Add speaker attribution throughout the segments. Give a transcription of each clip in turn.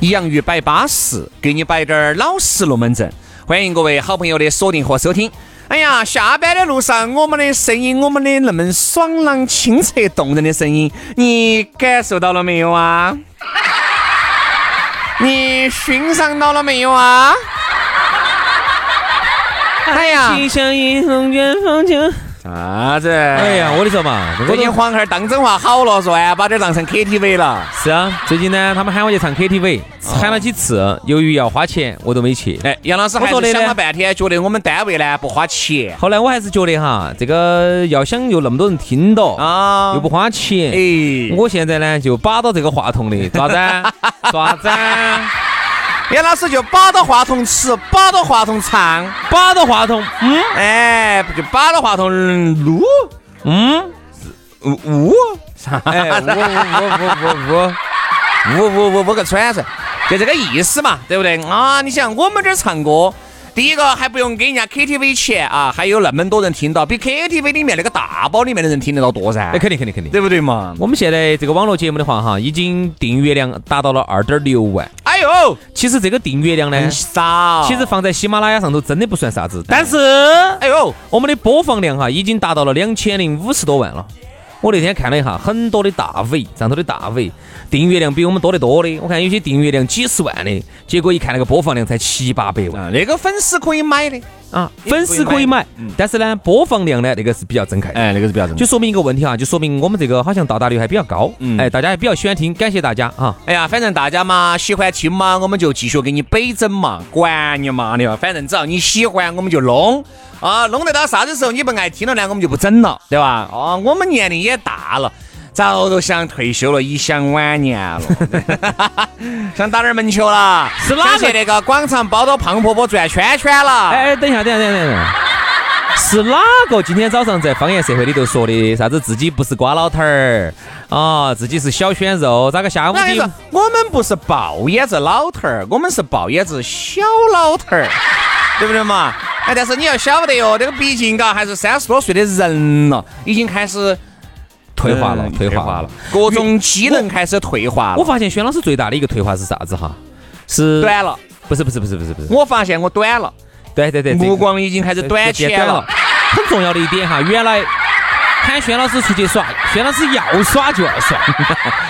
Speaker 1: 洋芋摆巴适，给你摆点儿老实龙门阵。欢迎各位好朋友的锁定和收听。哎呀，下班的路上，我们的声音，我们的那么爽朗、清澈、动人的声音，你感受到了没有 啊？你欣赏到了没有啊？哎呀，
Speaker 2: 相迎龙卷风就。
Speaker 1: 啥子？
Speaker 2: 哎
Speaker 1: 哎呀，
Speaker 2: 呀，我跟你说嘛，我
Speaker 1: 最近黄孩儿当真话好了，说哎，把这当成 KTV 了。
Speaker 2: 是啊，最近呢，他们喊我去唱 KTV，喊
Speaker 1: 哦
Speaker 2: 了几次，由于要花钱，我都没去。
Speaker 1: 哎，杨老师还
Speaker 2: 我说的
Speaker 1: 是
Speaker 2: 呢
Speaker 1: 想了半天，觉得我们单位呢不花钱
Speaker 2: 后来我还是觉得哈，这个要想有那么多人听到，
Speaker 1: 啊，
Speaker 2: 又不花钱，
Speaker 1: 哎，
Speaker 2: 我现在呢就把到这个话筒的， 爪子，爪子，
Speaker 1: 杨老师就把到话筒吃，把到话筒唱，
Speaker 2: 把到话筒，嗯
Speaker 1: 哎，就把到话筒撸
Speaker 2: 嗯，
Speaker 1: 呜，
Speaker 2: 哎， 我
Speaker 1: 呜呜呜呜个喘噻，就这个意思嘛，对不对？啊，你想我们这儿唱歌，第一个还不用给人家 KTV 钱啊，还有那么多人听到，比 KTV 里面那个大包里面的人听得到多噻
Speaker 2: 哎那，肯定肯定肯定。
Speaker 1: 哎对不对嘛？
Speaker 2: 我们现在这个网络节目的话哈，已经订阅量达到了二点六万。
Speaker 1: 哎呦，
Speaker 2: 其实这个订阅量呢
Speaker 1: 很，少，
Speaker 2: 其实放在喜马拉雅上头真的不算啥子，但是
Speaker 1: 哎呦，
Speaker 2: 我们的播放量哈已经达到了两千零五十多万了。我那天看了一下，很多的大 V 上头的大 V 订阅量比我们多得多的。我看有些订阅量几十万的，结果一看那个播放量才七八百万
Speaker 1: 啊，那个粉丝可以买的，
Speaker 2: 啊！粉丝可以买，但是呢，播放量呢，那个是比较睁开的。
Speaker 1: 哎，那个是不要正
Speaker 2: 就说明一个问题哈，就说明我们这个好像到达率还比较高，哎，大家还比较喜欢听，感谢大家啊！
Speaker 1: 哎呀，反正大家嘛喜欢听嘛，我们就继续给你北整嘛，管你嘛的，反正只要你喜欢，我们就弄啊，弄得到啥子时候你不爱听了呢，我们就不整了，对吧？哦，我们年龄也大了。早都想退休了，已享 晚年了，想打点门球了，
Speaker 2: 是哪个
Speaker 1: 想去那个广场包着胖婆婆转圈圈了。
Speaker 2: 哎哎，等一下，等一下，等一下，等一下。是哪个今天早上在方言社会里头说的啥子自己不是瓜老头儿啊，自己是小鲜肉？咋个下午
Speaker 1: 我跟你说
Speaker 2: 的？，
Speaker 1: 我们不是抱眼子老头儿，我们是抱眼子小老头 儿，对不对嘛？哎，但是你要晓得哟，这个毕竟嘎还是三十多岁的人了，已经开始
Speaker 2: 退化了，
Speaker 1: 嗯
Speaker 2: 退化了。，
Speaker 1: 各种机能开始退化
Speaker 2: 我
Speaker 1: 了，
Speaker 2: 发现轩老师最大的一个退化是啥子哈？是
Speaker 1: 短了。
Speaker 2: 不是不是不是不是不是，
Speaker 1: 我发现我短了，
Speaker 2: 对对对，这个
Speaker 1: 目光已经开始
Speaker 2: 这
Speaker 1: 短
Speaker 2: 这
Speaker 1: 浅
Speaker 2: 变短
Speaker 1: 了
Speaker 2: 了。。很重要的一点哈，原来喊轩老师出去耍，轩老师要耍就要耍。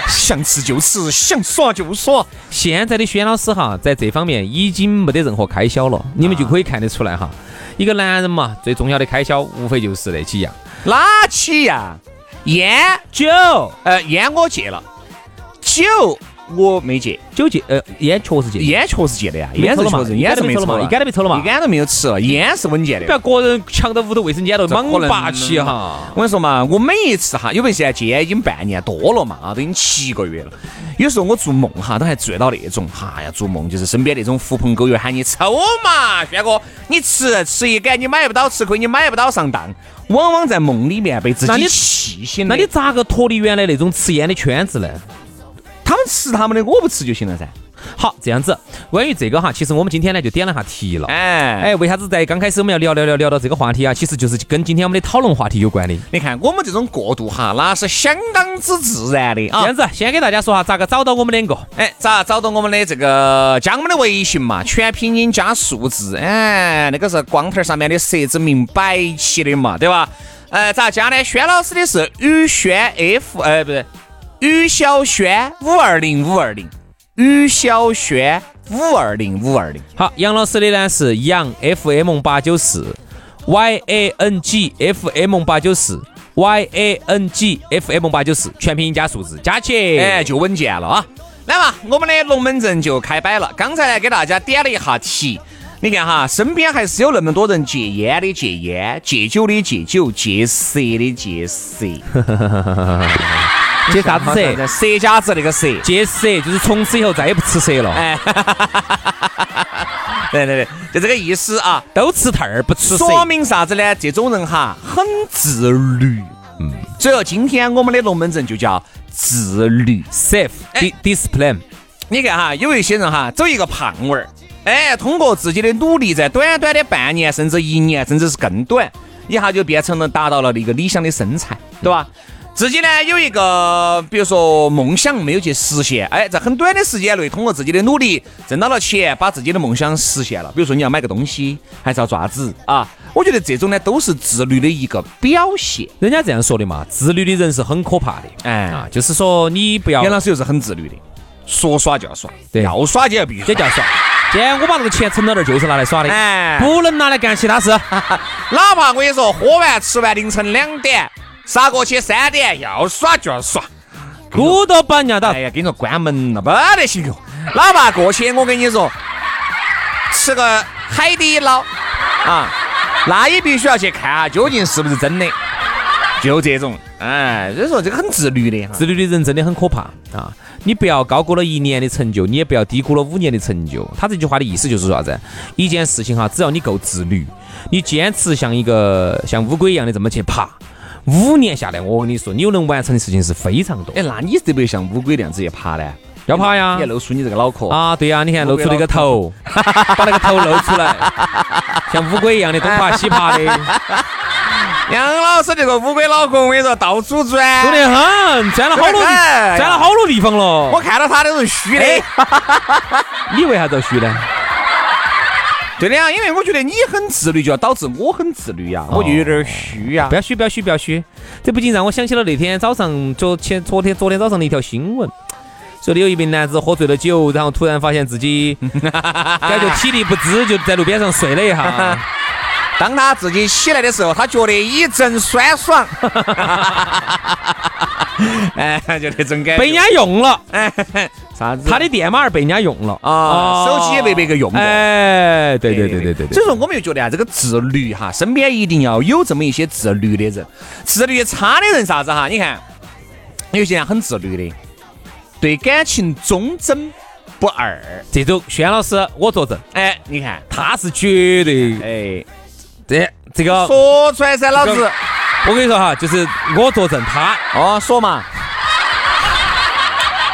Speaker 1: 想吃就吃，想耍就耍。
Speaker 2: 现在的轩老师哈，在这方面已经没得任何开销了，你们就可以看得出来哈。一个男人嘛，最重要的开销无非就是那几样：
Speaker 1: 哪起呀？烟，
Speaker 2: 酒、
Speaker 1: 呃，烟我戒了，酒我没戒。
Speaker 2: 酒戒，呃，烟确实戒。
Speaker 1: 烟确实戒的呀，
Speaker 2: 没
Speaker 1: 烟是
Speaker 2: 抽了嘛
Speaker 1: 确实，烟是没抽了，
Speaker 2: 一杆都没抽了嘛
Speaker 1: 一杆都没有吃了，烟是稳健的。
Speaker 2: 不要个人抢到屋头卫生间头，
Speaker 1: 这可
Speaker 2: 莽
Speaker 1: 能
Speaker 2: 霸气哈！
Speaker 1: 我跟你说嘛，我每一次哈，因为现在戒烟已经半年多了嘛，啊，都已经七个月了。有时候我做梦哈，都还做到那种哈呀，做梦就是身边那种狐朋狗友喊你抽嘛，轩哥，你吃吃一杆，你买不到吃亏，你买不到上当。往往在梦里面被自
Speaker 2: 那
Speaker 1: 己
Speaker 2: 你
Speaker 1: 气醒的。
Speaker 2: 那你咋个脱离原来那种吃烟的圈子呢？
Speaker 1: 他们吃他们的，我不吃就行了噻。
Speaker 2: 好，这样子，关于这个哈，其实我们今天呢就点了下题了。
Speaker 1: 哎哎，
Speaker 2: 哎，为啥子在刚开始我们要聊聊聊聊到这个话题啊？其实就是跟今天我们的讨论话题有关的。
Speaker 1: 你看我们这种过渡哈，那是相当之自然的
Speaker 2: 这
Speaker 1: 啊
Speaker 2: 样。子，先给大家说下咋个找到我们两个。
Speaker 1: 哎，咋找到我们的这个？加我们的微信嘛，全拼音加数字。哎，那个是光头上面的设置名摆起的嘛，对吧？呃，咋加呢？轩老师的是宇轩 F，呃，不对，于小轩五二零五二零，于小轩五二零五二零。
Speaker 2: 好，杨老师的呢是杨 FM 八九四，Y A N G F M 八九四，Y A N G F M 八九四，全拼音加数字加起。
Speaker 1: 哎，就稳健了啊！来嘛，我们的龙门阵就开摆了。刚才呢，给大家点了一下题。你看哈，身边还是有那么多人戒烟的戒烟，戒酒的戒酒，戒色的戒 色，
Speaker 2: 戒啥子蛇？
Speaker 1: 色甲子那个色。
Speaker 2: 戒蛇就是从此以后再也不吃蛇了，
Speaker 1: 哎， 对对对，就这个意思啊。
Speaker 2: 都吃兔儿不吃蛇。
Speaker 1: 说明啥子呢？这种人哈，很自律。嗯。所以说今天我们的龙门阵就叫自律。
Speaker 2: Safe
Speaker 1: 哎
Speaker 2: di- discipline。
Speaker 1: 你看哈，有一些人哈，走一个胖娃儿，哎，通过自己的努力，在短短的半年，甚至一年，甚至是更短，一下就变成了达到了一个理想的身材，对吧？自己呢有一个，比如说梦想没有去实现，哎，在很短的时间内，通过自己的努力挣到了钱，把自己的梦想实现了。比如说你要买个东西，还是要爪子啊？我觉得这种呢都是自律的一个表现。
Speaker 2: 人家这样说的嘛，自律的人是很可怕的。
Speaker 1: 哎
Speaker 2: 啊，就是说你不要
Speaker 1: 杨，老师又是很自律的，说耍就要耍，
Speaker 2: 对
Speaker 1: 要耍就要必须
Speaker 2: 这叫耍。今天我把这个钱存到这儿，就是拿来耍的，
Speaker 1: 哎
Speaker 2: 不能拿来干其 他事。
Speaker 1: 哪怕我跟你说，喝完吃完凌晨两点，杀过去三点，要耍就要耍。
Speaker 2: 骨都把人家打
Speaker 1: 哎。呀，跟你说关门了，没得信用。哪怕过去，我跟你说，吃个海底捞啊，那也必须要去看下究竟是不是真的。就这种，哎，所以说这个很自律的哈。
Speaker 2: 自律的人真的很可怕啊！你不要高估了一年的成就，你也不要低估了五年的成就。他这句话的意思就是说啥子？一件事情哈，只要你够自律，你坚持像一个像乌龟一样的这么去爬，五年下来，我跟你说，你又能完成的事情是非常多。
Speaker 1: 哎，那你得不得像乌龟那样子去爬呢？
Speaker 2: 要爬呀
Speaker 1: 你还露出你这个脑壳。
Speaker 2: 啊，对呀、你看露出那个头， 把那个头露出来，像乌龟一样的东爬西爬的，
Speaker 1: 哎杨老师这个乌龟脑壳，我跟你说，到处钻。
Speaker 2: 多得很，钻了好多地，
Speaker 1: 哎呀
Speaker 2: 钻了好多地方了。
Speaker 1: 我看到他都是虚的。
Speaker 2: 你为啥子要虚呢？
Speaker 1: 对的呀，因为我觉得你很自律，就要导致我很自律呀，我就有点虚呀
Speaker 2: 哦不。要虚，不要虚，不要虚。这不禁让我想起了那天早上，昨前昨天昨天早上的一条新闻，说的有一名男子喝醉了酒，然后突然发现自己感觉体力不支，就在路边上睡了一下。
Speaker 1: 当他自己起来的时候，他觉得一阵 酸爽，哎，就那种感觉。
Speaker 2: 被人家用了，
Speaker 1: 啥子？
Speaker 2: 他的电马儿被人家用了
Speaker 1: 啊，手机也被别个用过。
Speaker 2: 哎，对对对对对
Speaker 1: 所
Speaker 2: 对，
Speaker 1: 以说，我们就觉得啊，这个自律哈，身边一定要有这么一些自律的人。自律差的人啥子哈？你看，有些人很自律的，对感情忠贞不二。
Speaker 2: 这种轩老师我作证，
Speaker 1: 哎，你看，
Speaker 2: 他是绝对
Speaker 1: 哎，
Speaker 2: 这这个，
Speaker 1: 说出来噻，老子。
Speaker 2: 我跟你说哈，就是我作证他
Speaker 1: 哦，说嘛，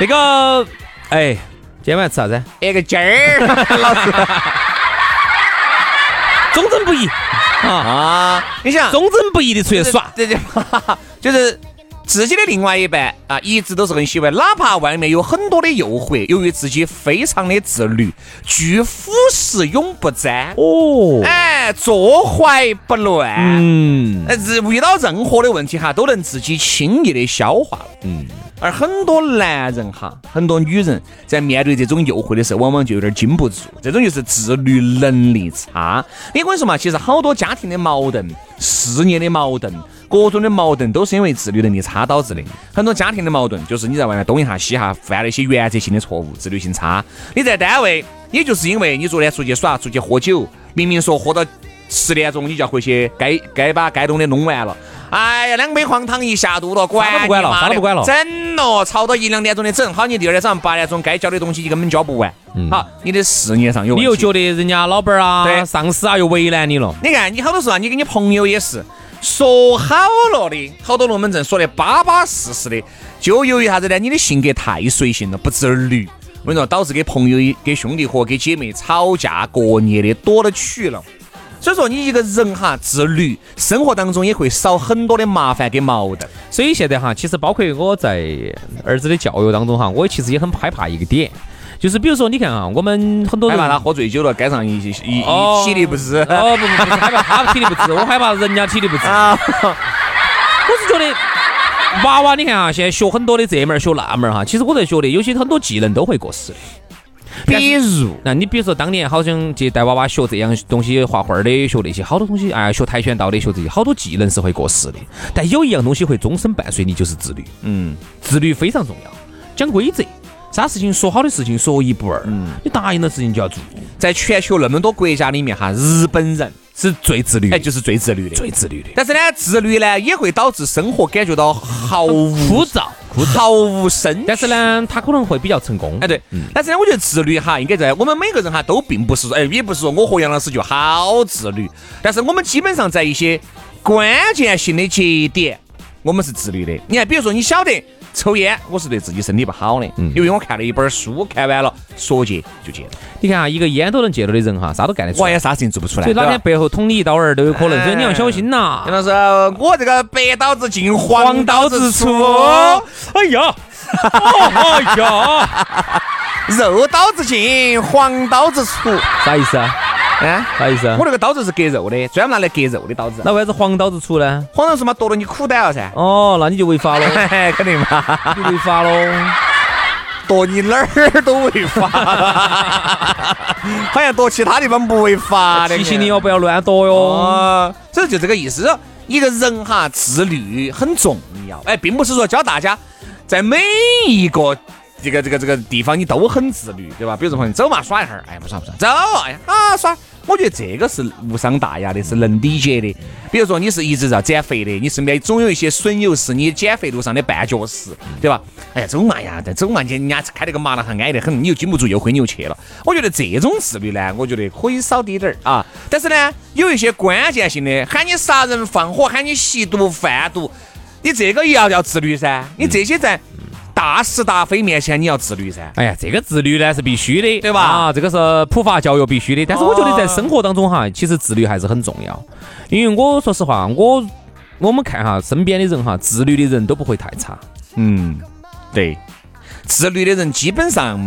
Speaker 2: 那个，哎，今天晚上吃啥子？
Speaker 1: 那个鸡儿，老师
Speaker 2: 忠贞不一啊。
Speaker 1: 啊，你想
Speaker 2: 忠贞不义的出去耍，
Speaker 1: 这就 就是自己的另外一半啊，一直都是很喜欢，哪怕外面有很多的诱惑，由于自己非常的自律，拒腐蚀永不沾，
Speaker 2: 哦，
Speaker 1: 哎，坐怀不乱。
Speaker 2: 嗯，
Speaker 1: 呃，是遇到任何的问题哈，都能自己轻易的消化了。嗯，而很多男人哈，很多女人在面对这种诱惑的时候，往往就有点经不住。这种就是自律能力差。你跟你说嘛，其实好多家庭的矛盾、事业的矛盾、各种的矛盾，都是因为自律能力差导致的。很多家庭的矛盾就是你在外面东一下西一下，犯了一些原则性的错误，自律性差。你在单位，也就是因为你昨天出去耍、出去喝酒，明明说喝到。十点钟你就要回去，该该把该弄的弄完了。哎呀，两杯黄汤一下肚了，管
Speaker 2: 啥都不管了
Speaker 1: 你妈的
Speaker 2: 啥都不管了
Speaker 1: 整咯，吵到一两点钟的整，好，你第二天早上八点钟该交的东西就根本交不完。好，你的事业上有问
Speaker 2: 嗯
Speaker 1: 题
Speaker 2: 你又觉得人家老板儿啊、
Speaker 1: 对
Speaker 2: 上司啊又为难你了，
Speaker 1: 你看，你好多时候啊，你跟你朋友也是说好了的，好多龙门阵说的巴巴适适的，就由于啥子呢？你的性格太随性了，不自律。我跟你说，导致给朋友、给兄弟伙、给姐妹吵架过年的多了去了。所以说，你一个人哈自律，生活当中也会少很多的麻烦跟矛盾。
Speaker 2: 所以现在哈，其实包括我在儿子的教育当中哈，我其实也很害怕一个点，就是比如说你看啊，我们很多
Speaker 1: 害
Speaker 2: 人
Speaker 1: 怕他喝醉酒了，街上一一
Speaker 2: 哦
Speaker 1: 一体力不 支。
Speaker 2: 哦不不不是害怕他体力不支，我害怕人家体力不支。
Speaker 1: 啊，
Speaker 2: 我是觉得娃娃，你看啊，现在学很多的这门儿学那门儿哈，其实我在觉得有些很多技能都会过时的。
Speaker 1: 比如
Speaker 2: 那你比如说当年好像去带娃娃学这样东西，画画儿的，学那些好多东西，哎呀，学跆拳道的，学这些好多技能是会过时的。但有一样东西会终身伴随你，就是自律。
Speaker 1: 嗯，
Speaker 2: 自律非常重要，讲规则。啥事情说好的事情说一不二，
Speaker 1: 嗯
Speaker 2: 你答应的事情就要做，
Speaker 1: 在全球那么多国家里面哈，日本人
Speaker 2: 是最自律的，
Speaker 1: 哎就是最自律的。
Speaker 2: 最自律的。
Speaker 1: 但是呢，自律呢也会导致生活感觉到毫无
Speaker 2: 枯燥，
Speaker 1: 毫无生。
Speaker 2: 但是，呢，嗯他可能会比较成功。
Speaker 1: 哎对，但是呢，我觉得自律哈，应该在我们每个人哈都并不是说，哎，也不是说我和杨老师就好自律，但是我们基本上在一些关键性的节点，我们是自律的。你看，比如说你晓得抽烟，我是对自己身体不好的，
Speaker 2: 嗯
Speaker 1: 因为我看了一本书，看完了说戒就戒了，
Speaker 2: 你看啊，一个烟都能戒了的人哈，啥都干得出
Speaker 1: 我好
Speaker 2: 来。
Speaker 1: 像啥事情做不出来。
Speaker 2: 所以哪
Speaker 1: 对
Speaker 2: 天
Speaker 1: 吧
Speaker 2: 背后捅你一刀儿都有可能，所以你要小心
Speaker 1: 杨
Speaker 2: 呐。
Speaker 1: 老师，我这个白刀子进黄刀子出，
Speaker 2: 哎呀，哎呀，
Speaker 1: 肉刀子进黄刀子出。
Speaker 2: 啥意思啊？
Speaker 1: 啊，
Speaker 2: 啥意思啊
Speaker 1: 我？那个刀子是割肉的，专门拿来割肉的刀子。啊
Speaker 2: 那为啥子黄刀子出呢？
Speaker 1: 黄老师嘛，剁了你裤带了噻。哎
Speaker 2: 哦，那你就违法 喽，
Speaker 1: 肯定嘛，
Speaker 2: 你就违法喽。
Speaker 1: 剁你哪儿都违法， 好像剁其他地方不违法的。
Speaker 2: 提醒你哦，不要乱夺哟。
Speaker 1: 哦，所以就这个意思。一个人哈，自律很重要。哎，并不是说教大家在每一个这个这个这个地方你都很自律，对吧？比如说朋友走嘛，耍一会儿，哎，不耍不耍，走，哎呀啊耍。我觉得这个是无伤大雅的，是能理解的。比如说你是一直要减肥的，你身边总有一些损友是你减肥路上的绊脚石，对吧？哎呀，走嘛呀，走嘛，人家开了个麻辣烫，安逸得很，你又禁不住又挥牛去了。我觉得这种自律呢，我觉得可以少滴点儿啊。但是呢，有一些关键性的，喊你杀人放火，喊你吸毒贩毒，你这个也要要自律噻。你这些在大是大非面前，你要自律�噻。
Speaker 2: 哎呀，这个自律呢是必须的，
Speaker 1: 对吧
Speaker 2: 啊，这个是普法教育必须的。但是我觉得在
Speaker 1: 哦
Speaker 2: 生活当中哈，其实自律还是很重要。因为我说实话，我我们看哈身边的人哈，自律的人都不会太差。
Speaker 1: 嗯，对。自律的人基本上，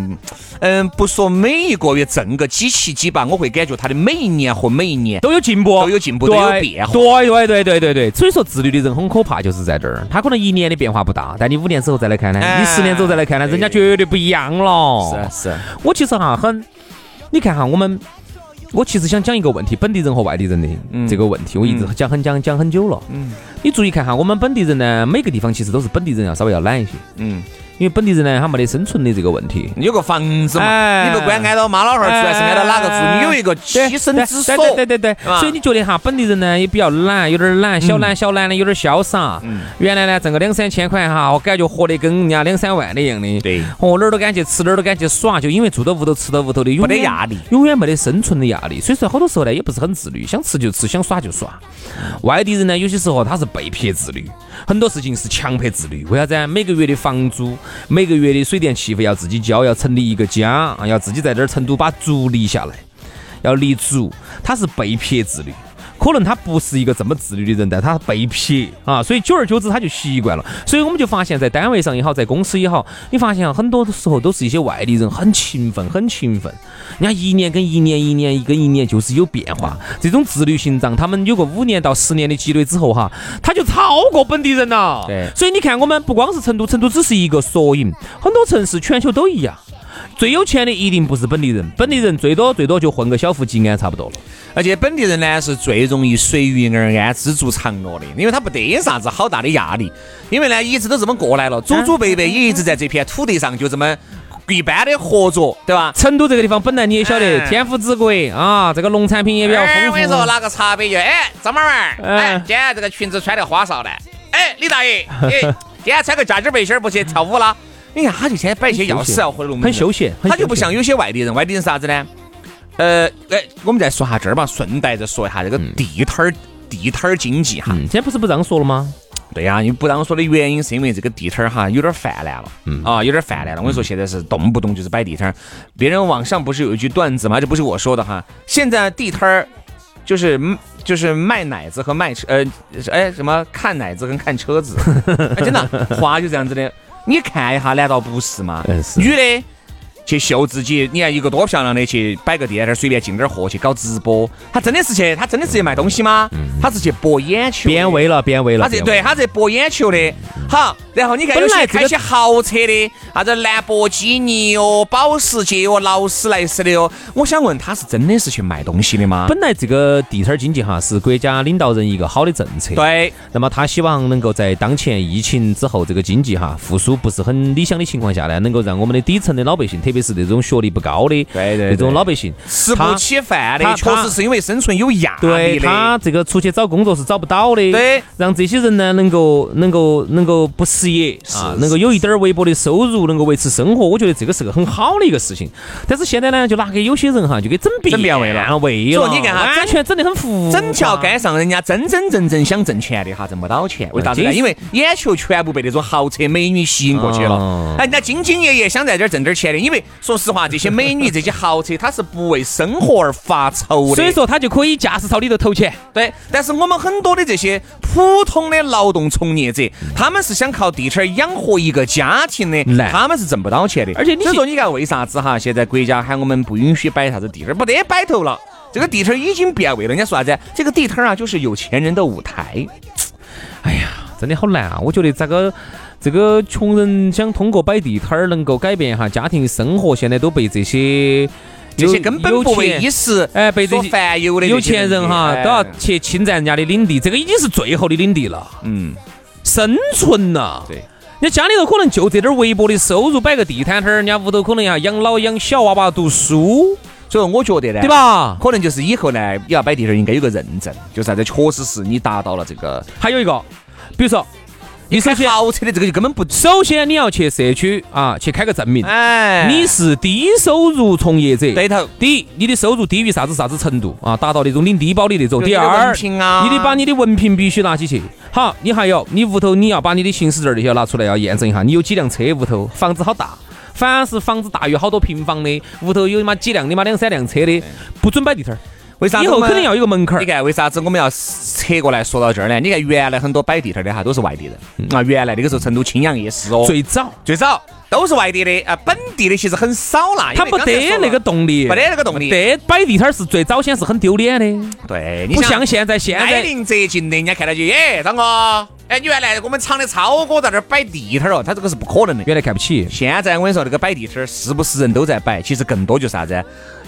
Speaker 1: 嗯，不说每一个月挣个几七几八，我会感觉他的每一年和每一年
Speaker 2: 都有进步，
Speaker 1: 都有进步
Speaker 2: 对
Speaker 1: 都有变化
Speaker 2: 对对对对对对，所以说自律的人很可怕，就是在这儿，他可能一年的变化不大，但你五年之后再来看呢，
Speaker 1: 哎
Speaker 2: 你十年之后再来看呢，
Speaker 1: 对
Speaker 2: 人家绝对不一样了。
Speaker 1: 是啊，
Speaker 2: 我其实哈很，你看哈我们。我其实想讲一个问题，本地人和外地人的这个问题，我一直讲很讲讲很久了。
Speaker 1: 嗯
Speaker 2: 你注意看哈，我们本地人呢，每个地方其实都是本地人啊要稍微要懒一些，
Speaker 1: 嗯，
Speaker 2: 因为本地人呢，他没得生存的这个问题。
Speaker 1: 你有个房子嘛，
Speaker 2: 哎
Speaker 1: 你不管挨到妈老汉儿住还是挨到哪个住，
Speaker 2: 哎
Speaker 1: 你有一个栖身之所。
Speaker 2: 对对对对
Speaker 1: 吧
Speaker 2: 对，所以你觉得哈，本地人呢也比较懒，有点儿懒，小懒小懒的，有点儿潇洒。原来呢挣个两三千块哈，我感觉活得跟人家两三万的一样的。
Speaker 1: 对
Speaker 2: 哦，哪儿都敢去吃，哪儿都敢去耍，就因为住到屋头吃到屋头的，永
Speaker 1: 没
Speaker 2: 远
Speaker 1: 得压力，
Speaker 2: 永远没得生存的压力。所以说，好多时候呢也不是很自律，想吃就吃，想耍就耍。外地人呢，有些时候他是被迫自律，很多事情是强迫自律。为啥子啊？每个月的房租，每个月的水电气费要自己交，要成立一个家，啊要自己在这儿成都把族立下来，要立足。他是被迫自律，可能他不是一个这么自律的人，但他被迫啊，所以久而久之他就习惯了。所以我们就发现，在单位上也好，在公司也好，你发现啊很多时候都是一些外地人，很勤奋，很勤奋。人家一年跟一年，一年跟一年就是有变化。这种自律性让他们有个五年到十年的积累之后哈，他就超过本地人了。
Speaker 1: 对
Speaker 2: 所以你看，我们不光是成都，成都只是一个缩影，很多城市全球都一样。最有钱的一定不是本地人，本地人最多最多就混个小富即安差不多了。
Speaker 1: 而且本地人呢是最容易随遇而安、知足常乐的，因为他不得啥子好大的压力，因为呢一直都这么过
Speaker 2: 嗯
Speaker 1: 来了，祖祖辈辈也一直在这片土地上就这么一般的活着，对吧？
Speaker 2: 成都这个地方本来你也晓得，
Speaker 1: 哎
Speaker 2: 天府之国啊，这个农产品也比较
Speaker 1: 哎
Speaker 2: 丰
Speaker 1: 我
Speaker 2: 富
Speaker 1: 跟。你说，拿个茶杯就哎，张妈妈，
Speaker 2: 哎
Speaker 1: 哎，今天这个裙子穿的花哨的，哎，李大爷，哎， 今天穿个夹脚背心儿不去跳舞啦？你看他就天天摆一些要啊死要活的龙门
Speaker 2: 很
Speaker 1: 阵
Speaker 2: 休闲，很
Speaker 1: 他就
Speaker 2: 休
Speaker 1: 不
Speaker 2: 闲
Speaker 1: 像有些外地人，外地人啥子呢？呃，哎，我们再说下这儿吧，顺带着说一下这个地摊儿、地摊儿经济哈。
Speaker 2: 嗯嗯，现在不是不让说了吗？
Speaker 1: 对呀、你不让我说的原因是因为这个地摊儿哈有点泛滥了，嗯啊，有点泛滥了。我跟你说，现在是动不动就是摆地摊儿。别人网上不是有一句段子吗？这不是我说的哈，现在地摊儿就是嗯就是卖奶子和卖车，呃，哎什么看奶子跟看车子，哎、真的话就这样子的。你看一下，难道不是吗？
Speaker 2: 嗯是
Speaker 1: 女的去秀自己，你看一个多漂亮的，去摆个地摊儿，随便进点儿货，去搞直播，她真的是去，她真的是去卖东西吗？她是去博眼球的，
Speaker 2: 变味了，变味了。
Speaker 1: 他这
Speaker 2: 变味
Speaker 1: 对他这博眼球的，好，然后你看有
Speaker 2: 本来
Speaker 1: 些
Speaker 2: 这个
Speaker 1: 开些豪车的，啥子兰博基尼哟、保时捷哟、劳斯莱斯的哟，我想问他是真的是去卖东西的吗？
Speaker 2: 本来这个地摊儿经济哈是国家领导人一个好的政策，
Speaker 1: 对，
Speaker 2: 那么他希望能够在当前疫情之后，这个经济哈复苏不是很理想的情况下呢，能够让我们的底层的老百姓，特别是那种学历不高的，
Speaker 1: 对对
Speaker 2: 那种
Speaker 1: 对
Speaker 2: 老百姓，
Speaker 1: 吃不
Speaker 2: 他
Speaker 1: 起饭的，
Speaker 2: 他
Speaker 1: 确实
Speaker 2: 他
Speaker 1: 是因为生存有压
Speaker 2: 对
Speaker 1: 力
Speaker 2: 他
Speaker 1: 的。
Speaker 2: 这个出去找工作是找不到的，
Speaker 1: 对，
Speaker 2: 让这些人呢能够能够能够不失业啊，能够有一点儿微薄的收入，能够维持生活，我觉得这个是个很好的一个事情。但是现在呢，就拿给有些人哈，就给整
Speaker 1: 整变味了
Speaker 2: 味了，
Speaker 1: 所以你看哈
Speaker 2: 完
Speaker 1: 整
Speaker 2: 全整得很浮，
Speaker 1: 整条街。上人家真真正正想挣钱的哈，挣不到钱，为啥子
Speaker 2: 嗯
Speaker 1: 呢？
Speaker 2: 这
Speaker 1: 因为眼球全部被那种豪车美女吸引过去
Speaker 2: 哦
Speaker 1: 了。哎，人家兢兢业业想在这儿挣点儿钱的，因为说实话，这些美女、这些豪车，她是不为生活而发愁的。
Speaker 2: 所以说他就可以驾驶槽里头投钱，
Speaker 1: 对，但是我们很多的这些普通的劳动从业者，他们是想靠地摊儿养活一个家庭的
Speaker 2: 来，
Speaker 1: 他们是挣不到钱的。
Speaker 2: 而且你
Speaker 1: 所以
Speaker 2: 去
Speaker 1: 说，你看为啥子哈？现在国家喊我们不允许摆啥子地摊儿，不得摆头了。这个地摊儿已经变味了，人家说啥子？这个地摊儿啊，就是有钱人的舞台。
Speaker 2: 真的好难啊！我觉得这个这个穷人想通过摆地摊儿能够改变一下家庭生活，现在都被这些
Speaker 1: 这
Speaker 2: 有
Speaker 1: 些根本不为
Speaker 2: 有
Speaker 1: 衣
Speaker 2: 钱
Speaker 1: 食
Speaker 2: 哎被这
Speaker 1: 所
Speaker 2: 些
Speaker 1: 烦忧的这些
Speaker 2: 有钱人哈
Speaker 1: 哎
Speaker 2: 都要去侵占人家的领地，这个已经是最后的领地了，
Speaker 1: 嗯，
Speaker 2: 生存呐。
Speaker 1: 对。
Speaker 2: 人家家里头可能就这点儿微薄的收入，摆个地摊摊儿，人家屋头可能要养老养小娃娃读书，
Speaker 1: 所以说我觉得呢，
Speaker 2: 对？吧？
Speaker 1: 可能就是以后呢，你要摆地摊儿应该有个认证，就是啥子，确实是你达到了这个
Speaker 2: 还有一个，比如说，你首
Speaker 1: 开
Speaker 2: 先
Speaker 1: 豪车的这个就根本不
Speaker 2: 首先你要去社区啊，去开个证明，
Speaker 1: 哎，
Speaker 2: 你是低收入从业者。
Speaker 1: 对头。
Speaker 2: 第一，你的收入低于啥子啥子程度啊？达到那种领低保的那种。
Speaker 1: 就是
Speaker 2: 第
Speaker 1: 你的
Speaker 2: 二，
Speaker 1: 文凭啊
Speaker 2: 你得把你的文凭必须拿起去。好，你还有，你屋头你要把你的行驶证那些要拿出来，要验证一下，你有几辆车屋头，房子好大。凡是房子大于好多平方的，屋头有嘛几辆的嘛两三辆车的，不准摆地摊儿。
Speaker 1: 为啥子
Speaker 2: 以
Speaker 1: 我
Speaker 2: 后
Speaker 1: 们
Speaker 2: 肯定要有一个门槛儿
Speaker 1: 你。看为啥子我们要扯过来说到这儿呢？你看原来很多摆地摊的哈都是外地人啊，原来那个时候成都青阳夜市哦，
Speaker 2: 嗯最早
Speaker 1: 最早都是外地的啊，本地的其实很少啦，因为
Speaker 2: 他没
Speaker 1: 刚才说
Speaker 2: 得
Speaker 1: 了
Speaker 2: 那个动力，
Speaker 1: 没得那个动力
Speaker 2: 得摆地摊儿是最早先是很丢脸的，
Speaker 1: 对，你
Speaker 2: 不
Speaker 1: 想
Speaker 2: 像现在，现
Speaker 1: 挨
Speaker 2: 在
Speaker 1: 邻则近的，人家看到就耶，张哥，哎，你原来我们厂的超哥在这儿摆地摊儿哦，他这个是不可能的。
Speaker 2: 原来看不起。
Speaker 1: 现在我跟你说，这个摆地摊儿是不是人都在摆？其实更多就是啥子，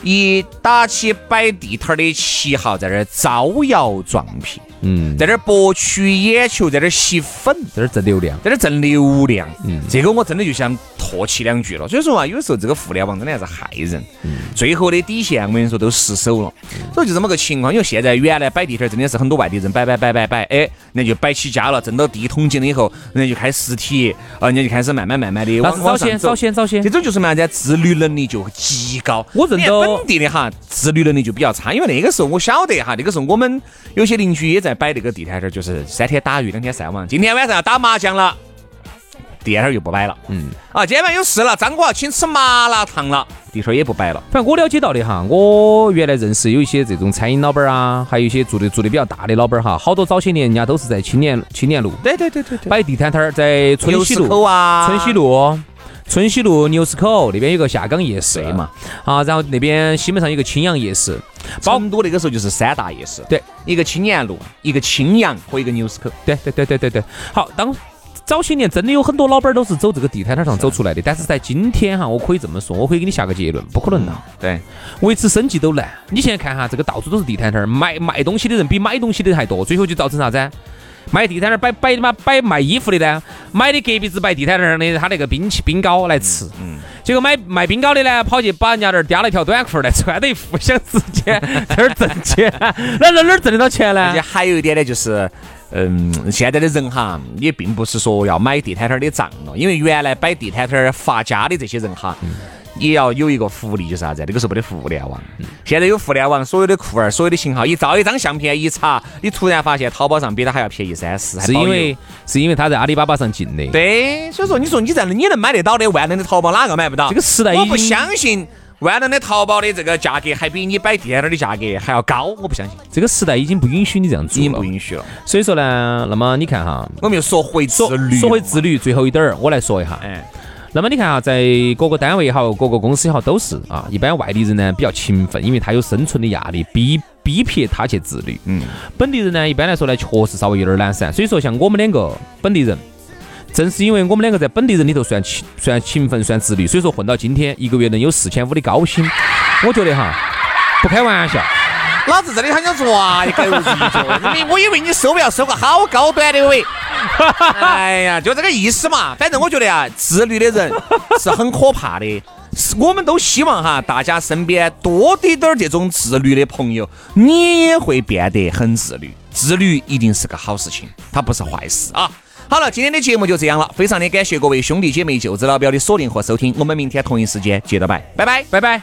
Speaker 1: 一打起摆地摊儿的旗号，在这儿招摇撞骗，
Speaker 2: 嗯，
Speaker 1: 在这儿博取眼球，在这儿吸粉，
Speaker 2: 这儿挣流量。
Speaker 1: 在这儿挣流量。嗯，这个我真的就想唾弃两句了。所以说啊，有时候这个互联网真的还是害人，
Speaker 2: 嗯
Speaker 1: 最后的底线我跟你说都失守了。所以就这么个情况。因为现在原来摆地摊儿真的是很多外地人摆摆摆摆摆，哎，人家就摆起家了，挣到第一桶金了以后，人家就开实体，啊，人家就开始慢慢慢慢的
Speaker 2: 那
Speaker 1: 往
Speaker 2: 是早
Speaker 1: 往上
Speaker 2: 先
Speaker 1: 走
Speaker 2: 早。先早先
Speaker 1: 这。种就是嘛，人家自律能力就极高。
Speaker 2: 我认得
Speaker 1: 你看本地的哈，自律能力就比较差，因为那个时候我晓得哈，那个时候我们有些邻居也在摆那个地摊摊儿，就是三天打鱼两天晒网，今天晚上要打麻将了。地摊儿就不摆了，嗯，啊，今天晚上有事了，张哥要请吃麻辣烫了，地摊儿也不摆了，
Speaker 2: 反正我了解到的哈，我原来认识有一些这种餐饮老板儿啊，还有一些做的做的比较大的老板儿哈，好多早些年人家都是在青年青年路
Speaker 1: 对对对对对，
Speaker 2: 摆地摊摊儿，在春
Speaker 1: 牛
Speaker 2: 熙
Speaker 1: 市
Speaker 2: 路
Speaker 1: 口啊，
Speaker 2: 春熙路。春熙路牛市口那边有个下岗夜市
Speaker 1: 对嘛，
Speaker 2: 啊，然后那边西门上有个青阳夜市，包
Speaker 1: 成都那个时候就是三大夜市，
Speaker 2: 对，
Speaker 1: 一个青年路，一个青阳和一个牛市口，
Speaker 2: 对对对对对对，好，当早些年真的有很多老板儿都是走这个地摊摊儿上走出来的，但是在今天哈，我可以这么说，我可以给你下个结论，不可能的。
Speaker 1: 对，
Speaker 2: 维持生计都难。你现在看哈，这个到处都是地摊摊儿，卖卖东西的人比买东西的人还多，最后就造成啥子啊？卖地摊摊儿摆摆嘛摆卖衣服的呢，买的隔壁子摆地摊摊儿的，他那个冰淇冰糕来吃，嗯，结果买卖冰糕的呢，跑去把人家那儿嗲了一条短裤儿来，穿得互相之 间在那儿挣钱，哪哪哪儿挣得到钱
Speaker 1: 而
Speaker 2: 呢
Speaker 1: 且？还有一点呢，就是，嗯，现在的人哈，也
Speaker 2: 嗯
Speaker 1: 并不是说要买地摊摊儿的账了，因为原来摆地摊摊儿发家的这些人哈，也要有一个福利，就是啥子？那个时候没得互联网，现在有互联网，所有的酷儿，所有的型号，一照一张相片一查，你突然发现淘宝上比它还要便宜三四，还
Speaker 2: 是
Speaker 1: 包
Speaker 2: 因
Speaker 1: 邮
Speaker 2: 为是因为他在阿里巴巴上进的。
Speaker 1: 对，所以说你说你在你能买得到的万能的淘宝哪个买不到？
Speaker 2: 这个时代
Speaker 1: 我
Speaker 2: 已
Speaker 1: 不
Speaker 2: 经
Speaker 1: 相信万能的淘宝的这个价格还比你摆电脑的价格还要高，我不相信，
Speaker 2: 这个时代已经不允许你这样做
Speaker 1: 已经
Speaker 2: 了
Speaker 1: 不。允许了。
Speaker 2: 所以说呢，那么你看哈，
Speaker 1: 我们又说回自
Speaker 2: 说
Speaker 1: 律，
Speaker 2: 说回，自律最后一点儿，我来说一下。
Speaker 1: 哎，
Speaker 2: 那么你看哈，啊在各个单位也好，各个公司也好，都是啊，一般外地人呢比较勤奋，因为他有生存的压力，逼逼迫他去自律。
Speaker 1: 嗯，
Speaker 2: 本地人呢，一般来说呢，确实稍微有点懒散。所以说，像我们两个本地人，正是因为我们两个在本地人里头算勤算勤奋算自律，所以说混到今天，一个月能有四千五的高薪，我觉得哈，不开玩笑。
Speaker 1: 老子真的很想抓一狗子一脚，你啊我以为你收不要收个好高端的尾。哎呀，就这个意思嘛。反正我觉得啊，自律的人是很可怕的。是我们都希望哈，大家身边多滴点儿这种自律的朋友，你也会变得很自律。自律一定是个好事情，它不是坏事啊。好了，今天的节目就这样了，非常的感谢各位兄弟姐妹、舅子老表的锁定和收听，我们明天同一时间接着拜，拜拜，拜拜。